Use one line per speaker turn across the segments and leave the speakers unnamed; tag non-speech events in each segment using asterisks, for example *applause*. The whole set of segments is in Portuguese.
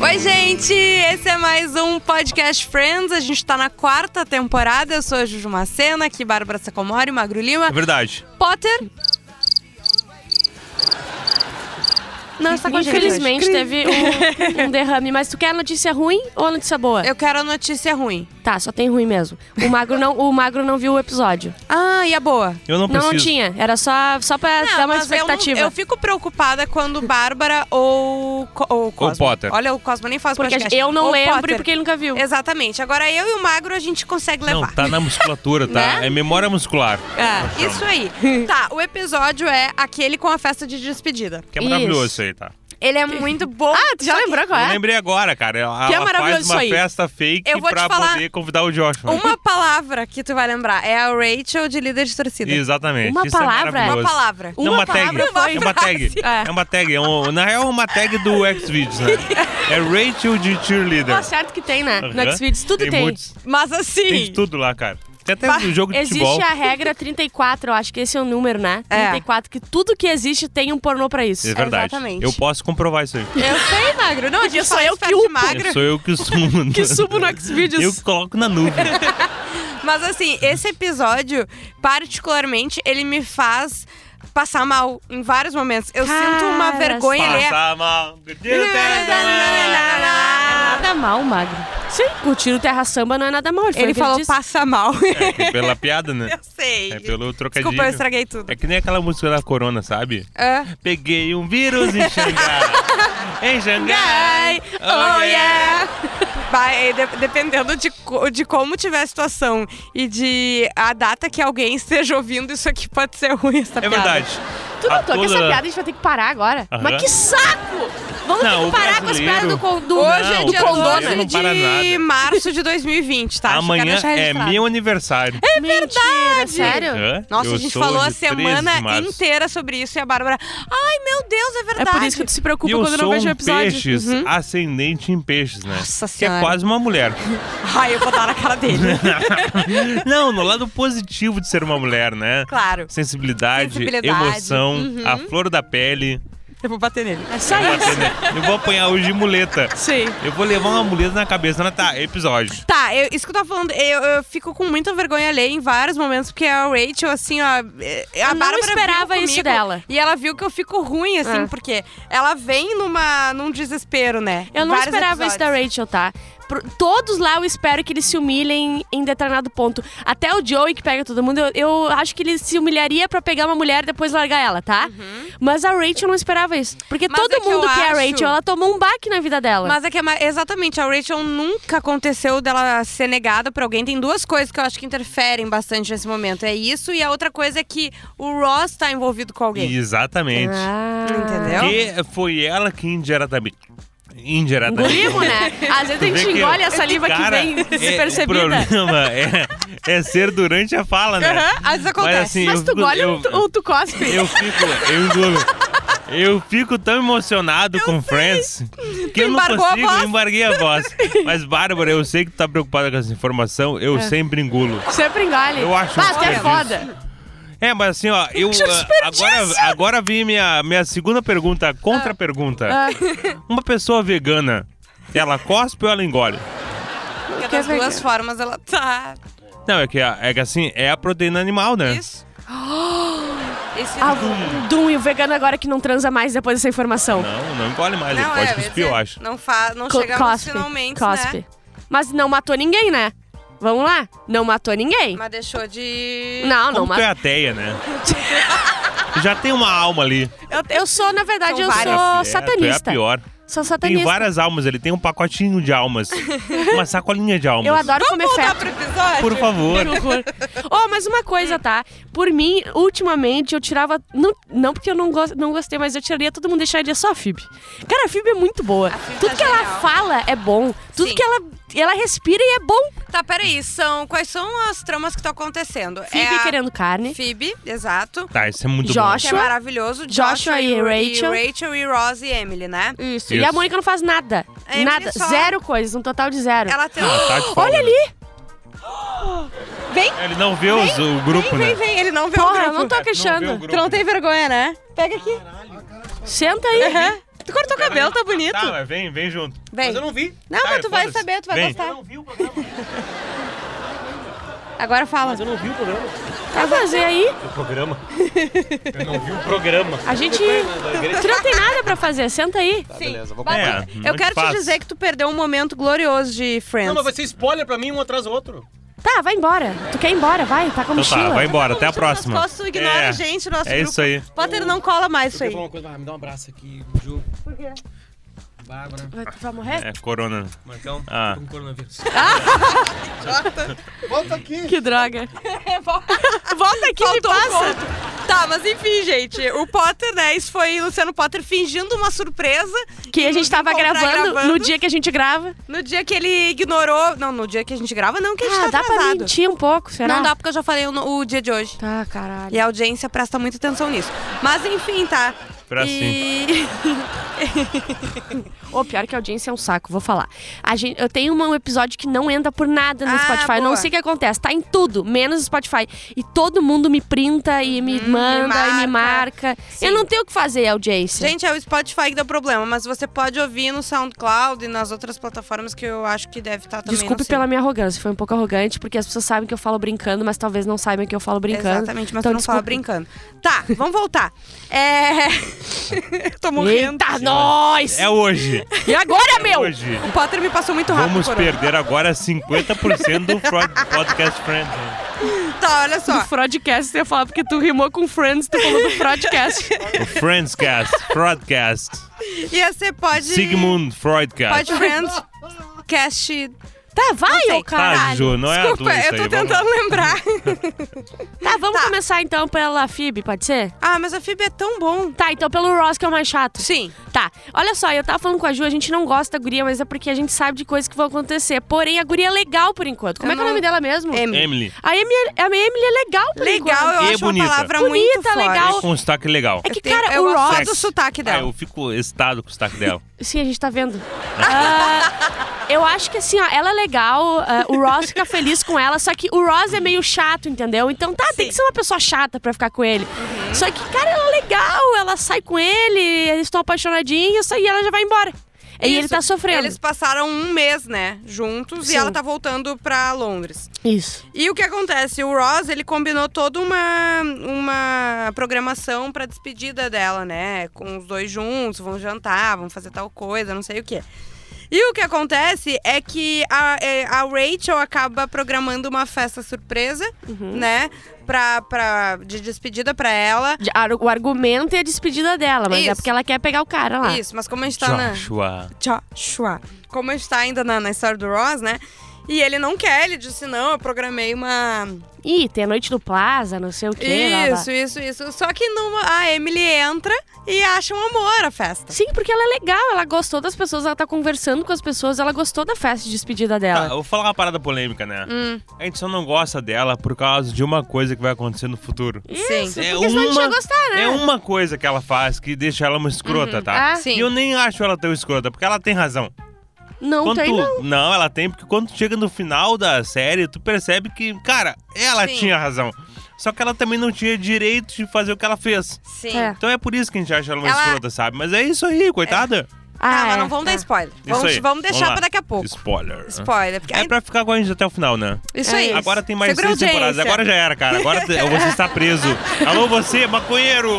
Oi, gente! Esse é mais um Podcast Friends. A gente tá na quarta temporada. Eu sou a Juju Macena, aqui Bárbara Sacomori, Magro Lima,
É verdade.
Potter. Não está com a gente hoje.
tá Infelizmente teve um, um derrame, mas tu quer a notícia ruim ou a notícia boa?
Eu quero a notícia ruim.
Tá, só tem ruim mesmo. O magro não, o magro não viu o episódio.
Ah, e a boa?
Eu não
Não,
preciso.
não tinha. Era só, só pra
Não,
dar Tá uma
mas eu não-
expectativa.
Eu, fico preocupada quando Bárbara ou, Co- ou Cosmo.
Potter.
Olha, o Cosmo nem faz
porque a gente-
podcast.
eu não
Ou
lembro e
Potter.
porque ele nunca viu.
Exatamente. Agora eu e o Magro a gente consegue levar.
Não, tá na musculatura,
*laughs*
tá?
Né?
É memória muscular.
Ah.
É, isso aí. Tá, o episódio é aquele com a festa de despedida.
Que é maravilhoso
Isso.
isso aí, tá?
Ele é muito bom. Ah,
Tu já lembrou qual
Eu
é?
lembrei agora, cara. Ela,
Que é
ela
maravilhoso
faz
isso
uma
aí.
festa fake
Eu vou te
pra
falar
poder convidar o Joshua.
Uma palavra que tu vai lembrar é a Rachel de líder de torcida.
Exatamente.
Uma
isso
palavra?
É
Uma
maravilhoso.
palavra.
Não, uma, tag.
uma
É uma tag.
frase.
É uma tag. É um, na real, é uma tag do Xvideos,
*laughs*
né? É Rachel de cheerleader.
Tá certo que tem, né?
É. Aham.
No Xvideos, tudo tem.
muitos.
Mas assim.
Tem de tudo lá, cara. Tem até
Bah,
um jogo de futebol.
Existe *laughs* a regra 34, eu acho que esse é o número, né?
É.
34, que tudo que existe tem um pornô pra isso.
É verdade.
Exatamente.
Eu posso comprovar isso aí.
Eu sei, Magro. Não, a gente
sou
fala
eu
isso
que
perto de
upo.
Magro.
Sou eu que sumo.
Tá *laughs*
né?
Que subo no
Eu
Xvideos.
que coloco na
*laughs*
nuvem.
Mas assim, esse episódio, particularmente, ele me faz passar mal em vários momentos. Eu sinto uma
Cara,
vergonha. Ele é...
Passa a mão. né?
É Nada mal, magro. Sim, o tiro terra samba não é nada mal. Ele, foi
Ele
o que
falou
disse.
passa mal.
É que *laughs* pela piada,
*laughs*
né?
eu sei.
É pelo trocadilho.
Desculpa, eu estraguei tudo.
É que nem aquela música da Corona, sabe?
Ah.
Peguei um vírus em
*laughs*
Xangai. em Xangai.
Oh yeah! Vai, é, de- dependendo de, co- de como tiver a situação e de a data que alguém esteja ouvindo, isso aqui pode ser ruim, essa
É
piada.
verdade.
Tá,
Tu
A
notou que essa
toda-
piada a gente vai ter que parar agora?
Aham.
Mas que saco! Vamos
Não,
ter
o
que parar com as
brasileiro-
piadas do, con- do,
Hoje é
Não,
do
dia
Condona.
condono.
12
não para
de
nada.
março de 2020, tá? Acho que quero
Amanhã
deixar
é
registrado. É
meu aniversário.
É verdade! Sério?
Hã?
Nossa,
Eu
a gente
sou
falou
de
a
13 de
semana
março.
inteira sobre isso e a Bárbara. Ai, meu Deus, é
É
verdade.
por isso que tu se preocupa
E eu
quando não
sou
vejo o
um
episódio. Uhum.
peixes ascendente em peixes, né?
Uhum. Nossa
que é
Senhora.
quase uma mulher. *laughs*
Ai, eu vou dar na cara *laughs* dele.
Não, no lado positivo de ser uma mulher, né?
claro.
Sensibilidade,
Sensibilidade.
emoção,
Uhum.
a flor da pele.
Eu vou bater nele.
É só
Eu vou
isso.
atender. Eu vou apanhar hoje de muleta.
Sim.
Eu vou levar uma muleta na cabeça. Ela tá, episódio.
Tá, eu- isso que eu tava falando, eu, eu fico com muita vergonha alheia em vários momentos, porque a Rachel, assim, ó. é, A
Eu não
Bárbara
esperava
viu
isso
comigo
dela.
E ela viu que eu fico ruim, assim,
É.
porque ela vem numa, num desespero, né?
Eu não
Vários
esperava isso da
episódios.
Rachel, tá? Pro- todos lá eu espero que eles se humilhem em determinado ponto. Até o Joey, que pega todo mundo, eu, eu acho que ele se humilharia pra pegar uma mulher e depois largar ela, tá? Mas a Rachel não esperava isso. Porque
Mas
todo
é que
mundo
eu
que, é a
acho-
Rachel, ela tomou um baque na vida dela.
Mas é que é ma- exatamente, a Rachel nunca aconteceu dela ser negada pra alguém. Tem duas coisas que eu acho que interferem bastante nesse momento. É isso, e a outra coisa é que o Ross tá envolvido com alguém.
Exatamente.
Ah.
Entendeu?
Que foi ela que indiretamente. Indiretamente.
Engolimo, né? Às vezes *laughs* a
Tu vê
gente
que-
engole a saliva
Cara,
que vem
é,
despercebida.
O problema é, é ser durante a fala, né?
Aham, às vezes acontece.
Mas, assim,
Mas
eu
tu um
fico-
gole
eu-
ou tu, ou tu cospe?
Eu fico, eu engulo. Eu fico tão emocionado com Friends que eu não
embargou a
consigo,
voz.
eu embarguei a
*laughs*
voz. Mas, Bárbara, eu sei que tu tá preocupada com essa informação,
É.
eu sempre engulo.
Sempre engole.
Eu acho
Mas tu é
que é
foda.
É, mas assim, ó, eu. ah, Agora, agora vem minha, minha segunda pergunta, contra-pergunta.
Ah,
Ah.
Uma pessoa vegana, ela cospe ou ela engole?
Porque das duas formas ela tá.
Não, é que, a- é que assim, é a proteína animal, né?
Isso. Esse é
Ah, o Dum e o vegano agora que não transa mais depois dessa informação.
Não, não engole mais, ele
Não,
pode
é,
cuspir,
quer
eu
dizer,
acho.
Não, fa não
Co-
chegamos finalmente,
cospe.
né?
Mas não matou ninguém, né? Vamos lá? Não matou ninguém.
Mas deixou de...
Não, não
Como tu é
matou.
ateia, né?
*laughs*
Já tem uma alma ali.
Eu, eu sou, na verdade,
São
eu
várias.
sou
É, tu é a
satanista.
pior.
sou
Tem
satanista.
várias almas, ele tem um pacotinho
*laughs*
de almas. uma sacolinha de almas.
Eu adoro
Vamos
comer
voltar
feto.
pro episódio?
Por favor.
Que horror. oh, mas uma coisa, tá? Por mim, ultimamente, eu tirava. Não, não porque eu não, gos- não gostei, mas eu tiraria todo mundo deixaria só a Fib. Cara, a Fib é muito boa.
Phoebe
Tudo
tá
que ela
genial.
fala é bom. Tudo
Sim.
que ela, ela respira e é bom.
Tá, peraí. São... Quais são as tramas que estão acontecendo?
Phoebe
é a...
querendo carne.
Phoebe, exato.
Tá, isso é muito
Que
Josh.
é
Joshua.
maravilhoso.
Joshua e Rachel.
E Rachel e Ross e Emily, né?
Isso. E
Isso.
a Mônica não faz nada.
A Emily
nada.
É, só-
Zero coisas, um total de zero.
Ela tem...
bom. Ah, tá de folga,
Olha
né? É,
ali!
Vem,
Ele não vê os- o grupo,
vem, vem,
né?
vem. Ele não vê o
Porra, eu
grupo.
não tô
É, tu não vê o
queixando.
grupo.
Tu não tem vergonha, né? Pega aqui.
Senta aí.
Aham. Tu cortou o cabelo, tá bonito.
Tá, mas vem, vem junto.
Vem.
Mas eu não vi.
Não,
Tá,
mas tu vai
foda-se.
saber, tu vai
Vem.
gostar.
Eu não vi o programa.
Agora fala.
Mas eu não vi o programa.
Quer fazer aí?
O programa? Eu não vi o programa.
A gente. Tu não tem nada pra fazer, senta aí.
Tá,
Sim.
beleza, vou
Babu,
É,
eu
muito
quero te
fácil.
dizer que tu perdeu um momento glorioso de Friends.
Não, mas vai ser spoiler pra mim um atrás do outro.
Tá, vai embora. Tu quer ir embora, vai, tá com a
Então tá,
mochila.
vai embora. Até a
Tira nas
próxima.
costas, tu ignora
É,
a gente, o nosso
É
grupo.
isso aí.
Potter não cola mais
Eu
isso
queria
aí.
falar uma coisa. Ah, me dá um abraço aqui, Ju. Por quê? Bárbara,
Vai, tu vai morrer?
É corona.
Marcão,
Ah.
tô com coronavírus. Volta aqui.
Que droga.
Volta aqui e passa. Tá, mas enfim, gente. O Potter, né? Isso foi Luciano Potter fingindo uma surpresa.
Que a gente tava
Encontrar
gravando,
tá gravando.
no dia que a gente grava.
No dia que ele ignorou. Não, no dia que a gente grava, não, que a gente
Ah,
tá
dá pra
atrasado.
mentir um pouco, será?
Não dá, porque eu já falei o, o dia de hoje.
Tá, caralho.
E a audiência presta muita atenção nisso. Mas enfim, tá.
Pra
e...
Ô, pior que a audiência é um saco, vou falar. A gente, eu tenho uma- um episódio que não entra por nada no
Ah,
Spotify.
boa.
Não sei o que acontece. Tá em tudo, menos no Spotify. E todo mundo me printa e me manda e me
Hum, marca.
marca. Eu não tenho o que fazer,
*laughs*
audiência.
Gente, é o Spotify que deu problema, mas você pode ouvir no SoundCloud e nas outras plataformas que eu acho que deve estar também.
Desculpe
não sei.
pela minha arrogância, foi um pouco arrogante, porque as pessoas sabem que eu falo brincando, mas talvez não saibam que eu falo brincando.
Exatamente, mas
então,
tu não fala
desculpe.
brincando. Tá, vamos voltar. É. *laughs* Tô morrendo.
Eita, nós!
É hoje.
E agora, meu?
Hoje.
O Potter me passou muito rápido.
Vamos
Corona.
perder agora 50% do Fraud Podcast Friends. né? hein?
Tá, olha só.
Do Fraudcast, você ia falar, porque tu rimou com Friends, tu falou do Fraudcast.
O Friendscast, Fraudcast,
E você pode.
Sigmund Freudcast.
Pode Friends. Cast.
tá, vai, ô
Tá,
caralho.
Ju, não é
Desculpa,
a tua isso
eu tô
aí, vamos lá.
tentando lembrar.
Tá, vamos
Tá.
começar então pela FIB, pode ser?
Ah, mas a FIB é tão bom.
Tá, então pelo Ross, que é o mais chato.
Sim.
Tá, olha só, eu tava falando com a Ju, a gente não gosta da guria, mas é porque a gente sabe de coisas que vão acontecer. Porém, a guria é legal por enquanto. Como
Eu
é que é o
não-
nome dela mesmo?
Emily.
Emily,
A Emily, a Emily é legal por
Legal, eu
enquanto.
E
acho
bonita.
uma palavra muito
Bonita,
forte.
legal.
com um sotaque legal.
É que,
Eu tenho-
cara,
eu
o
gosto
Ross...
do sotaque
Ah,
dela.
eu fico excitado com o sotaque dela.
Sim, a gente tá vendo. Ah, eu acho que assim, ó, ela é legal, ah, o Ross fica feliz com ela, só que o Ross é meio chato, entendeu? Então tá, tem
Sim.
que ser uma pessoa chata pra ficar com ele. Só que, cara, ela é legal, ela sai com ele, eles estão apaixonadinhos, e ela já vai embora. E ele
Isso.
tá sofrendo.
Eles passaram um mês, né, juntos, e
Sim.
ela tá voltando pra Londres.
Isso.
E o que acontece? O Ross, ele combinou toda uma, uma programação pra despedida dela, né? Com os dois juntos, vão jantar, vão fazer tal coisa, não sei o quê. E o que acontece é que a, é, a Rachel acaba programando uma festa surpresa, né? Pra, pra, de despedida pra ela.
De- ar- O argumento e a despedida dela, mas é
Isso.
porque ela quer pegar o cara lá.
Isso, mas como a gente *laughs* tá na...
Joshua.
Joshua. Como está ainda na, na história do Ross, né? E ele não quer, ele disse, não, eu programei uma...
Ih, tem a noite do Plaza, não sei o quê. blá, blá.
isso, isso, isso. Só que numa, a Emily entra e acha um amor a festa.
Sim, porque ela é legal, ela gostou das pessoas, ela tá conversando com as pessoas, ela gostou da festa de despedida
Tá,
dela.
eu vou falar uma parada polêmica, né?
Hum.
A gente só não gosta dela por causa de uma coisa que vai acontecer no futuro.
Sim.
É
porque senão a gente ia gostar, né?
É uma coisa que ela faz que deixa ela uma escrota, tá?
Ah, sim.
E eu nem acho ela tão escrota, porque ela tem razão.
Não
quando
tem,
tu-
não.
ela tem, porque quando tu chega no final da série, tu percebe que, cara, ela
Sim.
tinha razão. Só que ela também não tinha direito de fazer o que ela fez.
Sim.
É.
Então é por isso que a gente acha ela uma
Ela-
escrota, sabe? Mas é isso aí, coitada.
Tá,
é,
mas não vamos
tá.
dar spoiler.
Isso
Vamos,
aí.
vamos deixar
lá.
pra daqui a pouco.
Spoiler.
Spoiler. Porque
É
aí-
pra ficar com a gente até o final, né?
Isso
É
aí.
isso.
Agora tem mais
Segura a
seis temporadas.
audiência.
Agora já era, cara. Agora te-
*laughs*
você está preso. Alô, você, maconheiro!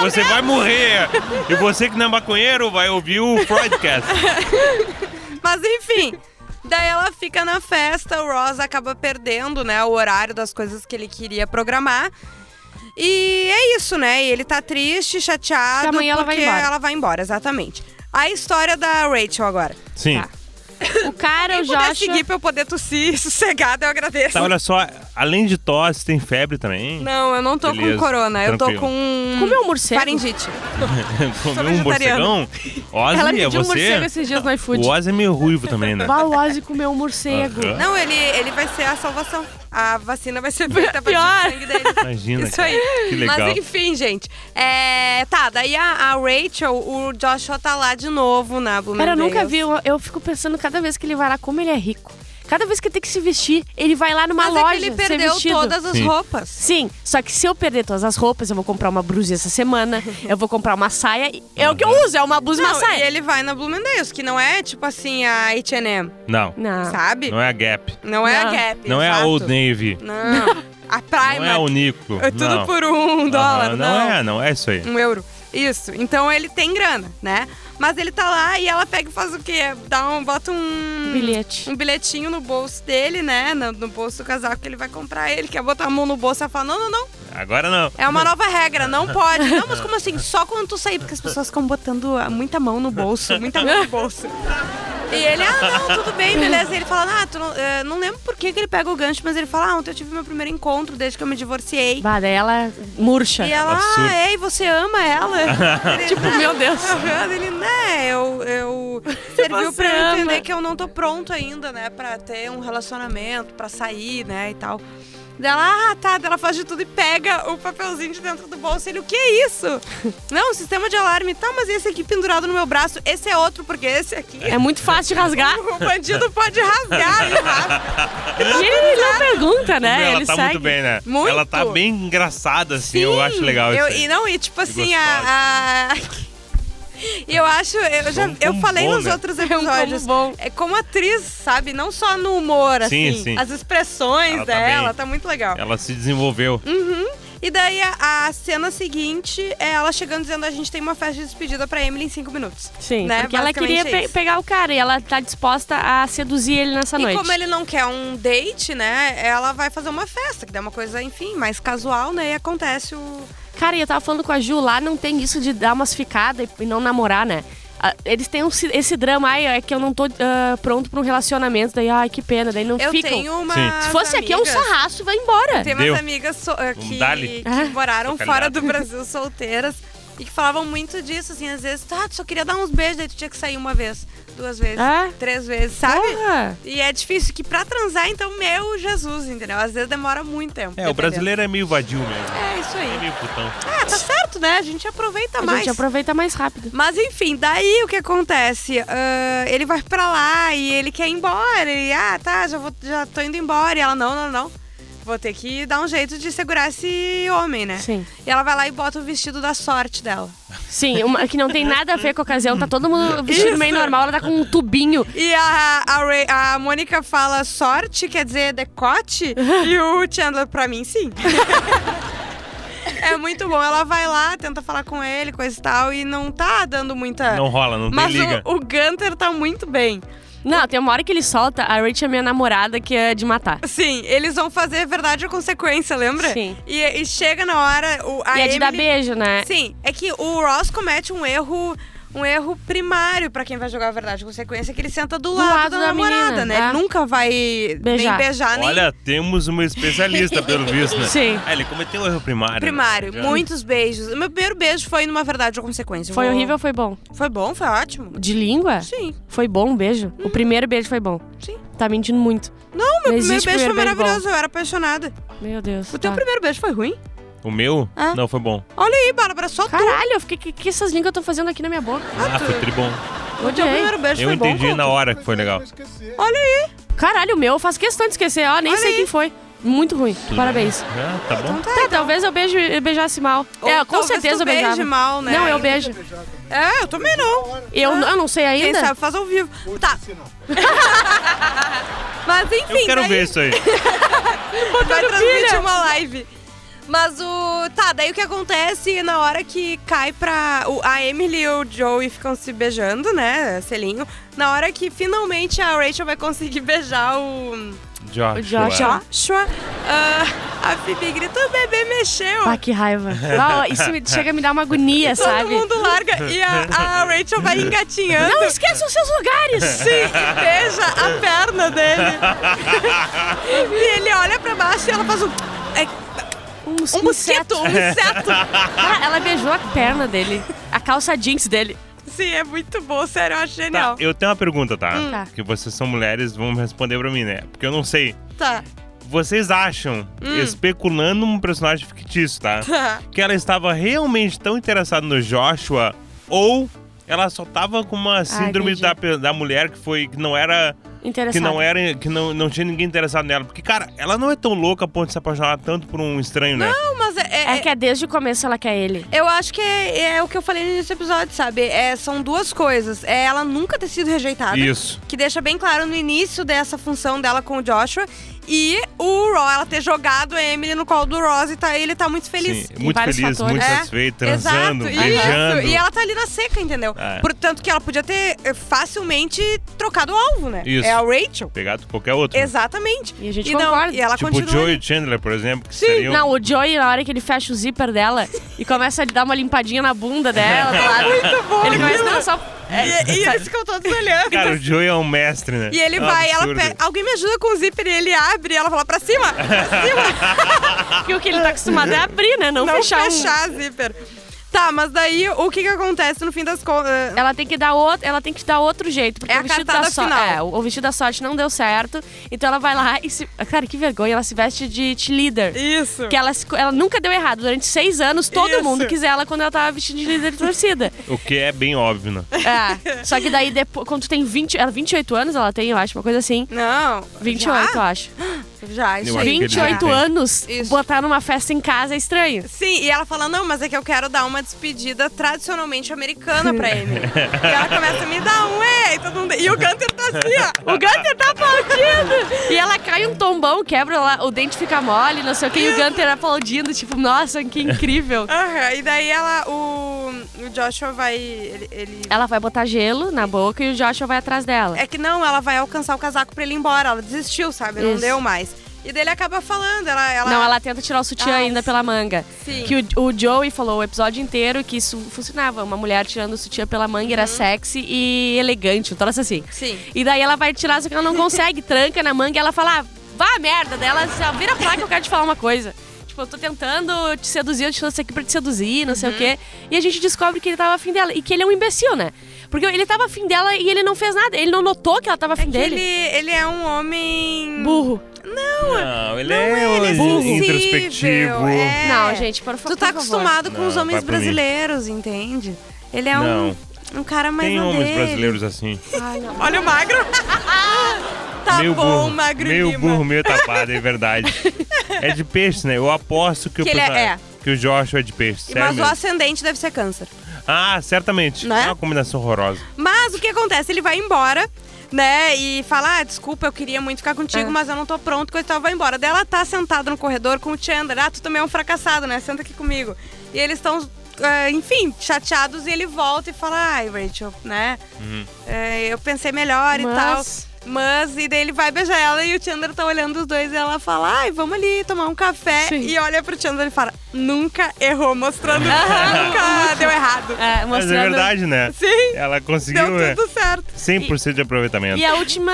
Você vai morrer! E você que não é maconheiro vai ouvir o
*laughs*
Freudcast.
é. Mas enfim. Daí ela fica na festa, o Ross acaba perdendo, né, o horário das coisas que ele queria programar. E é isso, né? E ele tá triste, chateado,
Porque amanhã ela
porque
vai embora.
ela vai embora, exatamente. A história da Rachel agora.
Sim.
Tá. O cara, o
Se puder
Josh.
seguir pra eu poder *laughs* tossir sossegada, eu agradeço.
Tá, olha só, além de tosse, tem febre também. *laughs*
Não, eu não tô
Beleza,
com corona, eu tô
tranquilo.
com.
Comeu um morcego?
Faringite.
Comeu um
vegetariana.
morcegão.
Ela
Osme, é
pediu um morcego
você.
esses dias no iFood.
O Oz é meio ruivo também,
*laughs*
né?
Valose comeu um morcego.
Aham.
Não, ele, ele vai ser a salvação. A vacina vai ser feita pra
Pior.
tirar o sangue dele.
Imagina.
Isso
cara.
aí.
Que legal.
Mas enfim, gente. É, tá, daí a, a Rachel, o Joshua tá lá de novo na Bloomingdale's.
Cara, eu nunca vi. Eu, eu fico pensando cada vez que ele vai lá como ele é rico. Cada vez que ele tem que se vestir, ele vai lá numa
Mas
loja
é que ele
ser
perdeu
vestido.
todas as
Sim.
roupas.
Sim, só que se eu perder todas as roupas, eu vou comprar uma blusa
*laughs*
essa semana, eu vou comprar uma saia. e- É o que eu uso, é uma blusa e uma
Não, e
saia.
ele vai na Bloomingdale's, que não é tipo assim a H&M,
Não.
Não.
sabe?
Não é a Gap.
Não é
Ah. Não.
a Gap,
Não é a
exato.
Old Navy.
Não, a Primark.
Não é o Nico.
É tudo
não.
por um dólar,
Aham,
não.
Não é, não. É isso aí.
Um euro. Isso. Então ele tem grana, né? Mas ele tá lá e ela pega e faz o quê? Dá um, bota um...
Bilhete.
Um bilhetinho no bolso dele, né? No, no bolso do casaco que ele vai comprar. Ele quer botar a mão no bolso e ela fala, não, não, não.
Agora não.
É uma nova regra, não pode. Não, mas como assim? Só quando tu sair, porque as pessoas ficam botando ah, muita mão no bolso, muita mão no bolso. E ele, ah, não, tudo bem, beleza. E ele fala, ah, tu não, eh, não lembro por que, que ele pega o gancho, mas ele fala, ah, ontem eu tive meu primeiro encontro desde que eu me divorciei.
Bah, daí ela murcha.
E ela,
Absurdo.
ah, é, e você ama ela? Ele,
*laughs* Tipo,
"Ah,
meu Deus.
aham." Ele, né, eu,
*laughs*
eu serviu
Você
pra eu
ama.
entender que eu não tô pronto ainda, né, pra ter um relacionamento, pra sair, né, e tal. Dela, ah, tá, dela faz de tudo e pega o papelzinho de dentro do bolso. Ele, o que é
*laughs*
isso? não, sistema de alarme. Tá, mas esse aqui pendurado no meu braço, esse é outro, porque esse aqui...
É muito fácil de rasgar.
*laughs* O bandido pode rasgar, ele rasga.
E ele não pergunta, né?
Ela
ele
tá
segue.
muito bem, né?
Muito.
Ela tá bem engraçada, assim. eu acho legal isso.
Eu-
aí.
e não, e tipo assim,
gostosa.
a. a- E Eu acho, eu já
um
eu
combo
falei
bom,
nos
né?
outros
um
episódios.
combo bom.
É como atriz, sabe? Não só no humor,
Sim,
assim.
sim.
As expressões
Ela tá
dela,
bem.
tá, muito legal. Uhum.
Ela se desenvolveu.
Hum, E daí a, a cena seguinte é ela chegando dizendo a gente tem uma festa de despedida pra Emily em cinco minutos.
Sim,
Né?
porque ela
Basicamente
queria
é
pe-
isso.
pegar o cara e ela tá disposta a seduzir ele nessa
E
noite.
como ele não quer um date, né? Ela vai fazer uma festa, que dá uma coisa, enfim, mais casual, né? E acontece o.
Cara, e eu tava falando com a Ju, lá não tem isso de dar umas ficadas e não namorar, né? Ah, Eles têm um ci- esse drama, ai, é que eu não tô ah, pronto pra um relacionamento, daí, ai, que pena, daí não
Eu
ficam.
tenho uma.
Sim.
Se fosse aqui, é um sarraço e vai embora.
Tem umas
Deu. Um
amigas so- eh, que,
Dá-lhe.
que moraram
Fica
fora
ligado.
do Brasil solteiras e que falavam muito disso, assim, às vezes, tá, tu só queria dar uns beijos, daí tu tinha que sair uma vez, duas vezes,
É?
três vezes, sabe?
Porra.
E é difícil, que pra transar, então, meu Jesus, entendeu? Às vezes demora muito tempo.
É, o
dependendo.
brasileiro é meio vadio mesmo.
É isso
É
aí.
meio putão.
Ah, tá certo, né? A gente aproveita
A
mais.
gente aproveita mais rápido.
Mas enfim, daí o que acontece? Ah, ele vai pra lá e ele quer ir embora. E, ah, tá, já, vou, já tô indo embora. E ela, não, não, não. Vou ter que dar um jeito de segurar esse homem, né?
Sim.
E ela vai lá e bota o vestido da sorte dela.
Sim, uma, que não tem nada a ver com a ocasião, tá todo mundo vestido meio normal, ela tá com um tubinho.
E a, a, Ray- a Mônica fala sorte, quer dizer "É decote. e o Chandler, pra mim, sim. *laughs* é muito bom. Ela vai lá, tenta falar com ele, coisa e tal. E não tá dando muita...
Não rola, não
Mas
tem liga.
o, o Gunter tá muito bem.
Não, tem uma hora que ele solta, a Rachel é minha namorada que é de matar.
Sim, eles vão fazer verdade ou consequência, lembra?
Sim.
E, e chega na hora, o, a
e é de dar
Emily-
beijo, né?
Sim, é que o Ross comete um erro, um erro primário pra quem vai jogar verdade ou consequência, que ele senta do, lado,
lado
da,
da
namorada,
menina,
né?
tá?
Ele nunca vai
Beijar.
nem beijar Ah, nem
Olha, temos uma especialista, pelo visto, né?
Sim.
Ah, ele cometeu um erro primário. né?
primário.
Já-
Muitos beijos. O meu primeiro beijo foi numa verdade ou consequência.
Foi
Eu-
horrível ou foi bom?
Foi bom, foi ótimo.
De língua?
Sim, Uhum.
Foi bom o beijo? O primeiro beijo foi bom.
sim.
Tá mentindo muito.
Não, meu primeiro
existe
beijo foi
primeiro beijo
maravilhoso, eu era apaixonada.
Meu Deus.
O teu
tá.
primeiro beijo foi ruim?
O meu?
Ah.
Não, foi bom.
Olha aí, Bárbara, só tu.
Caralho, eu fiquei. O que, que essas línguas estão fazendo aqui na minha boca?
Ah, foi tribom.
O teu
Odiei.
primeiro beijo
Eu
foi bom.
entendi
Conta.
na hora que foi legal.
Olha aí.
Caralho, o meu, eu faço questão de esquecer. Ó, nem
Olha
sei
aí. Então
quem foi. Muito ruim.
Tudo
Parabéns.
bem. Ah, tá bom.
Tá, talvez eu beijo, eu beijasse mal.
Ou
é, com
talvez
certeza
tu
eu beijava.
beije mal, né?
Não, eu beijo.
É, eu também não.
Eu, eu não sei
Quem
ainda.
sabe faz ao vivo. Tá. *laughs* Mas enfim,
Eu quero
daí
ver isso aí.
vai
filha.
transmitir uma live. Mas o. Tá, daí o que acontece na hora que cai pra. o- a Emily e o Joey ficam se beijando, né? Selinho. Na hora que finalmente a Rachel vai conseguir *laughs* beijar o.
Joshua. Tá,
O
Tá.
Joshua.
Joshua. ah, a Phoebe grita: o bebê mexeu.
Ah, que raiva. Ah, isso me- chega a me dar uma agonia,
Todo
sabe?
mundo larga e a,
*laughs*
a Rachel vai engatinhando.
Não esqueçam seus lugares!
Sim, e beija a perna dele. e ele olha pra baixo e ela faz um. é,
Um,
um mosquito, um inseto.
*laughs* Cara, ela beijou a perna dele, a calça jeans dele.
Sim, é muito bom, sério, eu acho
Tá,
genial.
eu tenho uma pergunta, tá?
Hum. Tá.
Que vocês são mulheres, vão responder pra mim, né? Porque eu não sei.
Tá.
Vocês acham, especulando um personagem fictício, tá?
Tá.
Que ela estava realmente tão interessada no Joshua ou ela só tava com uma síndrome
entendi.
da, pe- da mulher que foi que não era que
interessada.
não
é
era que não, não tinha ninguém interessado nela. Porque, cara, ela não é tão louca a ponto de se apaixonar tanto por um estranho, né?
Não, mas é- é-
É que é desde o começo ela quer ele.
Eu acho que é, é o que eu falei no início do episódio, sabe? É, são duas coisas. É ela nunca ter sido rejeitada,
Isso.
que deixa bem claro no início dessa função dela com o Joshua. E o Raw, ela ter jogado a Emily no colo do Ross e tá, ele tá muito feliz.
Sim, muito
vários
feliz,
fatores.
muito
É,
satisfeito, transando,
Exato,
beijando.
isso. E ela tá ali na seca, entendeu?
É.
Portanto, que ela podia ter eh, facilmente trocado o alvo, né?
Isso.
É a Rachel.
Pegado qualquer outro. né?
Exatamente.
E a gente
não-
concorda.
e ela
Tipo o
continua.
Joey Chandler, por exemplo, que
Sim,
seria um-
Não, o Joey, na hora que ele fecha o zíper dela e começa a dar uma limpadinha na bunda dela, do
*laughs*
lado.
Muito bom.
Ele começa não só.
E, e é eles ficam todos olhando.
Cara, o Joey é um mestre, né?
tá E ele
É um
vai, ela
absurdo.
pega, alguém me ajuda com o zíper e ele abre e ela fala pra
*laughs*
cima, pra cima,
Porque o que ele tá acostumado é abrir, né? Não,
Ah. não
fechar,
fechar, o
um-
zíper. Tá, mas daí o que que acontece no fim das eh, contas?
Ela tem que dar outro, ela tem que dar outro jeito, porque
É
o
a
vestido da
cartada
sorte,
final.
é, o vestido da sorte não deu certo. Então ela vai lá e se, cara, que vergonha, ela se veste de cheerleader.
Isso.
Que ela, se- ela nunca deu errado. Durante seis anos, todo
Isso.
mundo quis ela quando ela tava vestida de líder de torcida.
O que é bem óbvio, né?
É. Só que daí, depois, quando tu tem 20, ela 28 anos, ela tem, eu acho, uma coisa assim.
Não.
28, eu acho.
Já, já isso
Eu
aí.
acho que ele já
28
tem.
anos,
Isso.
botar numa festa em casa é estranho.
Sim, e ela fala, não, mas é que eu quero dar uma despedida tradicionalmente americana pra ele. e ela começa a me dar um, é, e todo mundo... E o Gunter tá assim, ó.
O Gunter tá aplaudindo! E ela cai um tombão, quebra lá, o dente fica mole, não sei o que, e o Gunter aplaudindo, tipo, nossa, que incrível.
Aham, e daí ela, o, o Joshua vai, ele... ele-
Ela vai botar gelo na boca e o Joshua vai atrás dela.
É que não, ela vai alcançar o casaco pra ele ir embora. Ela desistiu, sabe? Não
Isso.
deu mais. E daí ele acaba falando, ela. ela...
Não, ela tenta tirar o sutiã
Ah,
ainda pela manga.
Sim.
Que o, o Joey falou o episódio inteiro que isso funcionava. Uma mulher tirando o sutiã pela manga era sexy e elegante, um troço assim.
Uhum. Sim.
E daí ela vai tirar, só que ela não
*laughs*
consegue, tranca na manga e ela fala, ah, vá a merda dela, vira pra lá que eu quero te falar uma coisa. Tipo, eu tô tentando te seduzir, eu te trouxe aqui pra te seduzir, não sei
Uhum.
o quê. E a gente descobre que ele tava afim dela. E que ele é um imbecil, né? Porque ele tava afim dela e ele não fez nada. Ele não notou que ela tava
É
afim
que
dele.
ele, ele é um homem.
Burro.
Não, ele
ele
é
sensível,
introspectivo.
é.
Não, gente, por, fa-
Tu tá
por favor.
acostumado com
Não,
os homens
vai pra mim.
brasileiros, entende? Ele é um, um cara mais.
Tem
na
homens
dele.
brasileiros assim.
Ai, não.
Olha o magro. *laughs* tá
meio
bom,
burro,
magro
meio
Lima.
burro, meio
*laughs*
tapado, é verdade. é de peixe, né? Eu aposto que,
Que
o
ele é-
personagem- que o Joshua é de peixe,
E-
sério
Mas o
mesmo.
ascendente deve ser câncer.
Ah, certamente.
Né?
É uma combinação horrorosa.
Mas o que acontece? Ele vai embora, né? E fala: ah, desculpa, eu queria muito ficar contigo,
É.
mas eu não tô pronto, coisa e tal, vai embora. Daí ela tá sentada no corredor com o Chandler. Ah, tu também é um fracassado, né? Senta aqui comigo. E eles estão. é, enfim, chateados e ele volta e fala: Ai, Rachel, né? é, eu pensei melhor e tal.
Mas-
Mas, e daí ele vai beijar ela e o Chandler tá olhando os dois e ela fala: Ai, vamos ali tomar um café.
Sim.
E olha pro Chandler e fala: Nunca errou, mostrando que nunca deu errado.
É,
Mas
mostrando...
é verdade, né?
Sim.
Ela conseguiu
Deu
né?
tudo certo.
100% de aproveitamento.
E a última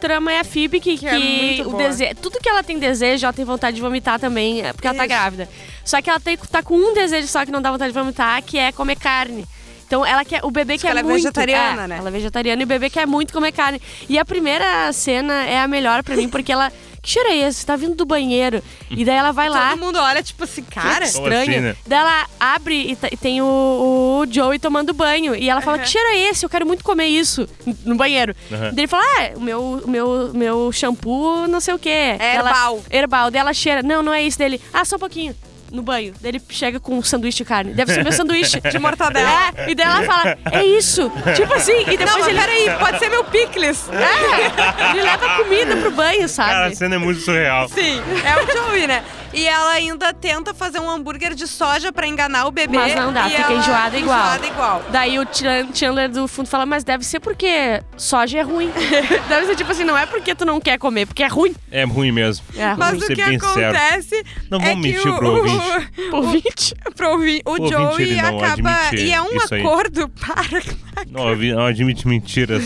trama é a Phoebe, que, que,
é muito
o
boa.
dese... tudo que ela tem desejo, ela tem vontade de vomitar também, é porque ela tá
Isso.
grávida. Só que ela tem, tá com um desejo só que não dá vontade de vomitar, que é comer carne. Então ela quer, o bebê quer
ela é
muito.
vegetariana, né?
Ela é vegetariana e o bebê quer muito comer carne. E a primeira cena é a melhor pra mim, porque ela... *laughs* Que cheiro é esse? Tá vindo do banheiro. E daí ela vai lá...
Todo mundo olha, tipo assim, cara.
Que
Como
estranho.
assim, né?
Daí ela abre e, tá- e tem o, o Joey tomando banho. E ela fala, que cheiro é esse? Eu quero muito comer isso no banheiro.
Aham.
Daí ele fala, ah, o meu, o meu, meu shampoo não sei o quê.
É
Ela-
herbal.
herbal. Daí ela cheira, não, não é isso. Dele, ah, só um pouquinho. No banho. Daí ele chega com um sanduíche de carne. Deve ser meu sanduíche.
*laughs* De mortadela.
É, e daí ela fala, é isso. Tipo assim, e depois
Não, mas
ele...
peraí, pode ser meu picles.
*laughs* É, ele leva comida pro banho, sabe?
Cara, a cena é muito surreal.
Sim, é o Joey, né? E ela ainda tenta fazer um hambúrguer de soja pra enganar o bebê.
Mas não dá,
e
Né? fica
ela
enjoada igual.
Enjoada igual.
Daí o Chan- Chandler do fundo fala, mas deve ser porque soja é ruim. *laughs* deve ser tipo assim, não é porque tu não quer comer, porque é *laughs* ruim.
É ruim mesmo.
É ruim.
Mas
Vamos
o
ser
que
bem sinceros.
acontece
Não
é
vamos
que
mentir
o,
pro
o- *laughs*
ouvinte.
Por 20.
pro ouvi- o,
O ouvinte,
Joey
ele não
acaba...
admite
E é um
isso aí.
acordo *laughs* para...
Não, eu vi- não
*laughs*
admite mentiras.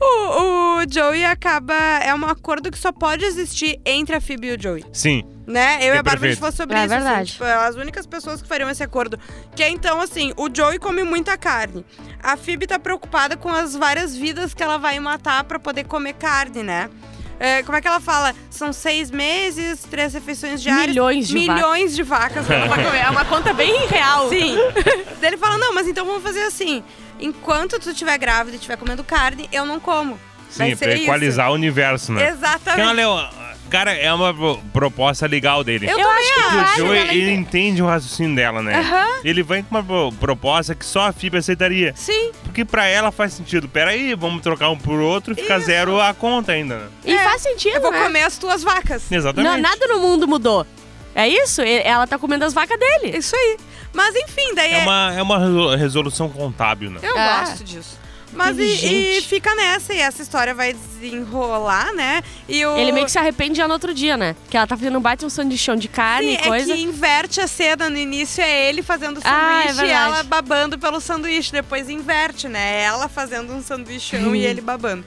O, o Joey acaba... É um acordo que só pode existir entre a Phoebe e o Joey.
Sim.
Né? Eu e a
É
Bárbara a gente
perfeito.
falou sobre
É
isso. assim,
verdade.
tipo, as únicas pessoas que fariam esse acordo. Que é então, assim, o Joey come muita carne. A Phoebe tá preocupada com as várias vidas que ela vai matar pra poder comer carne, né? É, como é que ela fala? São seis meses, três refeições diárias.
Milhões de
Milhões de
*laughs*
vacas que ela vai comer.
É uma conta bem real.
Sim. Daí ele fala: não, mas então vamos fazer assim. Enquanto tu estiver grávida e estiver comendo carne, eu não como. Vai
Sim,
ser
pra
isso.
equalizar o universo, né?
Exatamente.
Então, Leo, cara, é uma pro- proposta legal dele.
Eu
Eu acho né, que
também
o
acho.
Joe,
ela
ele
entende.
entende o raciocínio dela, né?
Aham.
Ele vem com uma pro- proposta que só a FIB aceitaria.
Sim.
Porque pra ela faz sentido. Peraí, vamos trocar um por outro e fica zero a conta ainda, né?
E
É,
faz sentido,
Eu vou
né?
comer as tuas vacas.
Exatamente.
Não, nada no mundo mudou. É isso? E- Ela tá comendo as vacas dele.
Isso aí. Mas enfim, daí
É
é-
uma, é uma resolu- resolução contábil, né?
Eu
É.
gosto disso. Mas e,
Inteligente.
e fica nessa, e essa história vai desenrolar, né? E o...
Ele meio que se arrepende já no outro dia, né? Que ela tá fazendo um baita um sanduichão de carne
Sim,
e coisa.
é que inverte a cena. No início é ele fazendo o
Ah, é
sanduíche e
verdade.
ela babando pelo sanduíche. Depois inverte, né? É Ela fazendo um sanduichão e ele babando.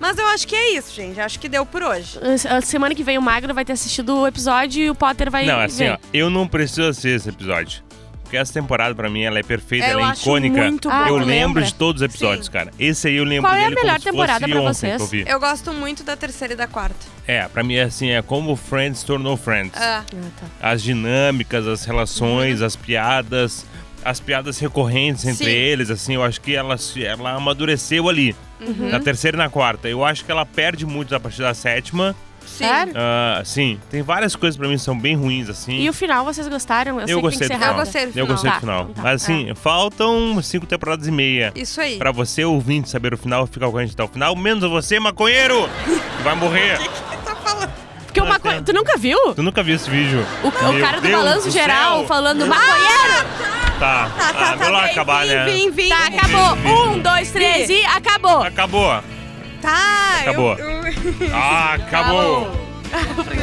Mas eu acho que é isso, gente. Acho que deu por hoje.
A Semana que vem o Magro vai ter assistido o episódio e o Potter vai
Não, assim,
ver.
ó, eu não preciso assistir esse episódio. Porque essa temporada, pra mim, ela é perfeita,
É, eu
ela é
acho
icônica.
muito
Ah, bom.
eu
tu
lembro
lembra?
de todos os episódios,
Sim.
cara. Esse aí eu lembro
Qual é a
dele como
melhor
se fosse
temporada pra
ontem
vocês?
que eu vi.
Eu gosto muito da terceira e da quarta.
É, pra mim, assim, é como Friends tornou Friends.
Ah,
Ah, Uhum. tá.
As dinâmicas, as relações, as piadas, as piadas recorrentes entre
Sim.
eles, assim, eu acho que ela, se- ela amadureceu ali.
Uhum.
Na terceira e na quarta. Eu acho que ela perde muito a partir da sétima.
sim.
Sério?
Ah, sim, tem várias coisas pra mim que são bem ruins, assim.
E o final vocês gostaram? Eu, sei
Eu
que
gostei do
tem que ser
final.
Eu gostei do final.
gostei do
Tá,
final.
então tá.
Mas assim, faltam cinco temporadas e meia.
Isso aí.
Pra você, ouvinte, saber o final, ficar com a gente até o final. Menos você,
*laughs*
maconheiro! que Vai morrer!
Tá falando.
Porque é uma coisa. Tu nunca viu?
Tu nunca viu esse vídeo?
O, o
Meu
cara do
Deus
balanço
do
geral
céu.
falando maconheiro!
Tá,
Tá, tá,
ah,
tá.
melhor
vem,
acabar,
vem,
né?
vem, vem.
Tá,
Vamos ver
acabou.
esse vídeo.
Um, dois, três e acabou.
Acabou! Ah,
Tá, eu-
Acabou.
eu- *laughs*
Ah, acabou.
Acabou.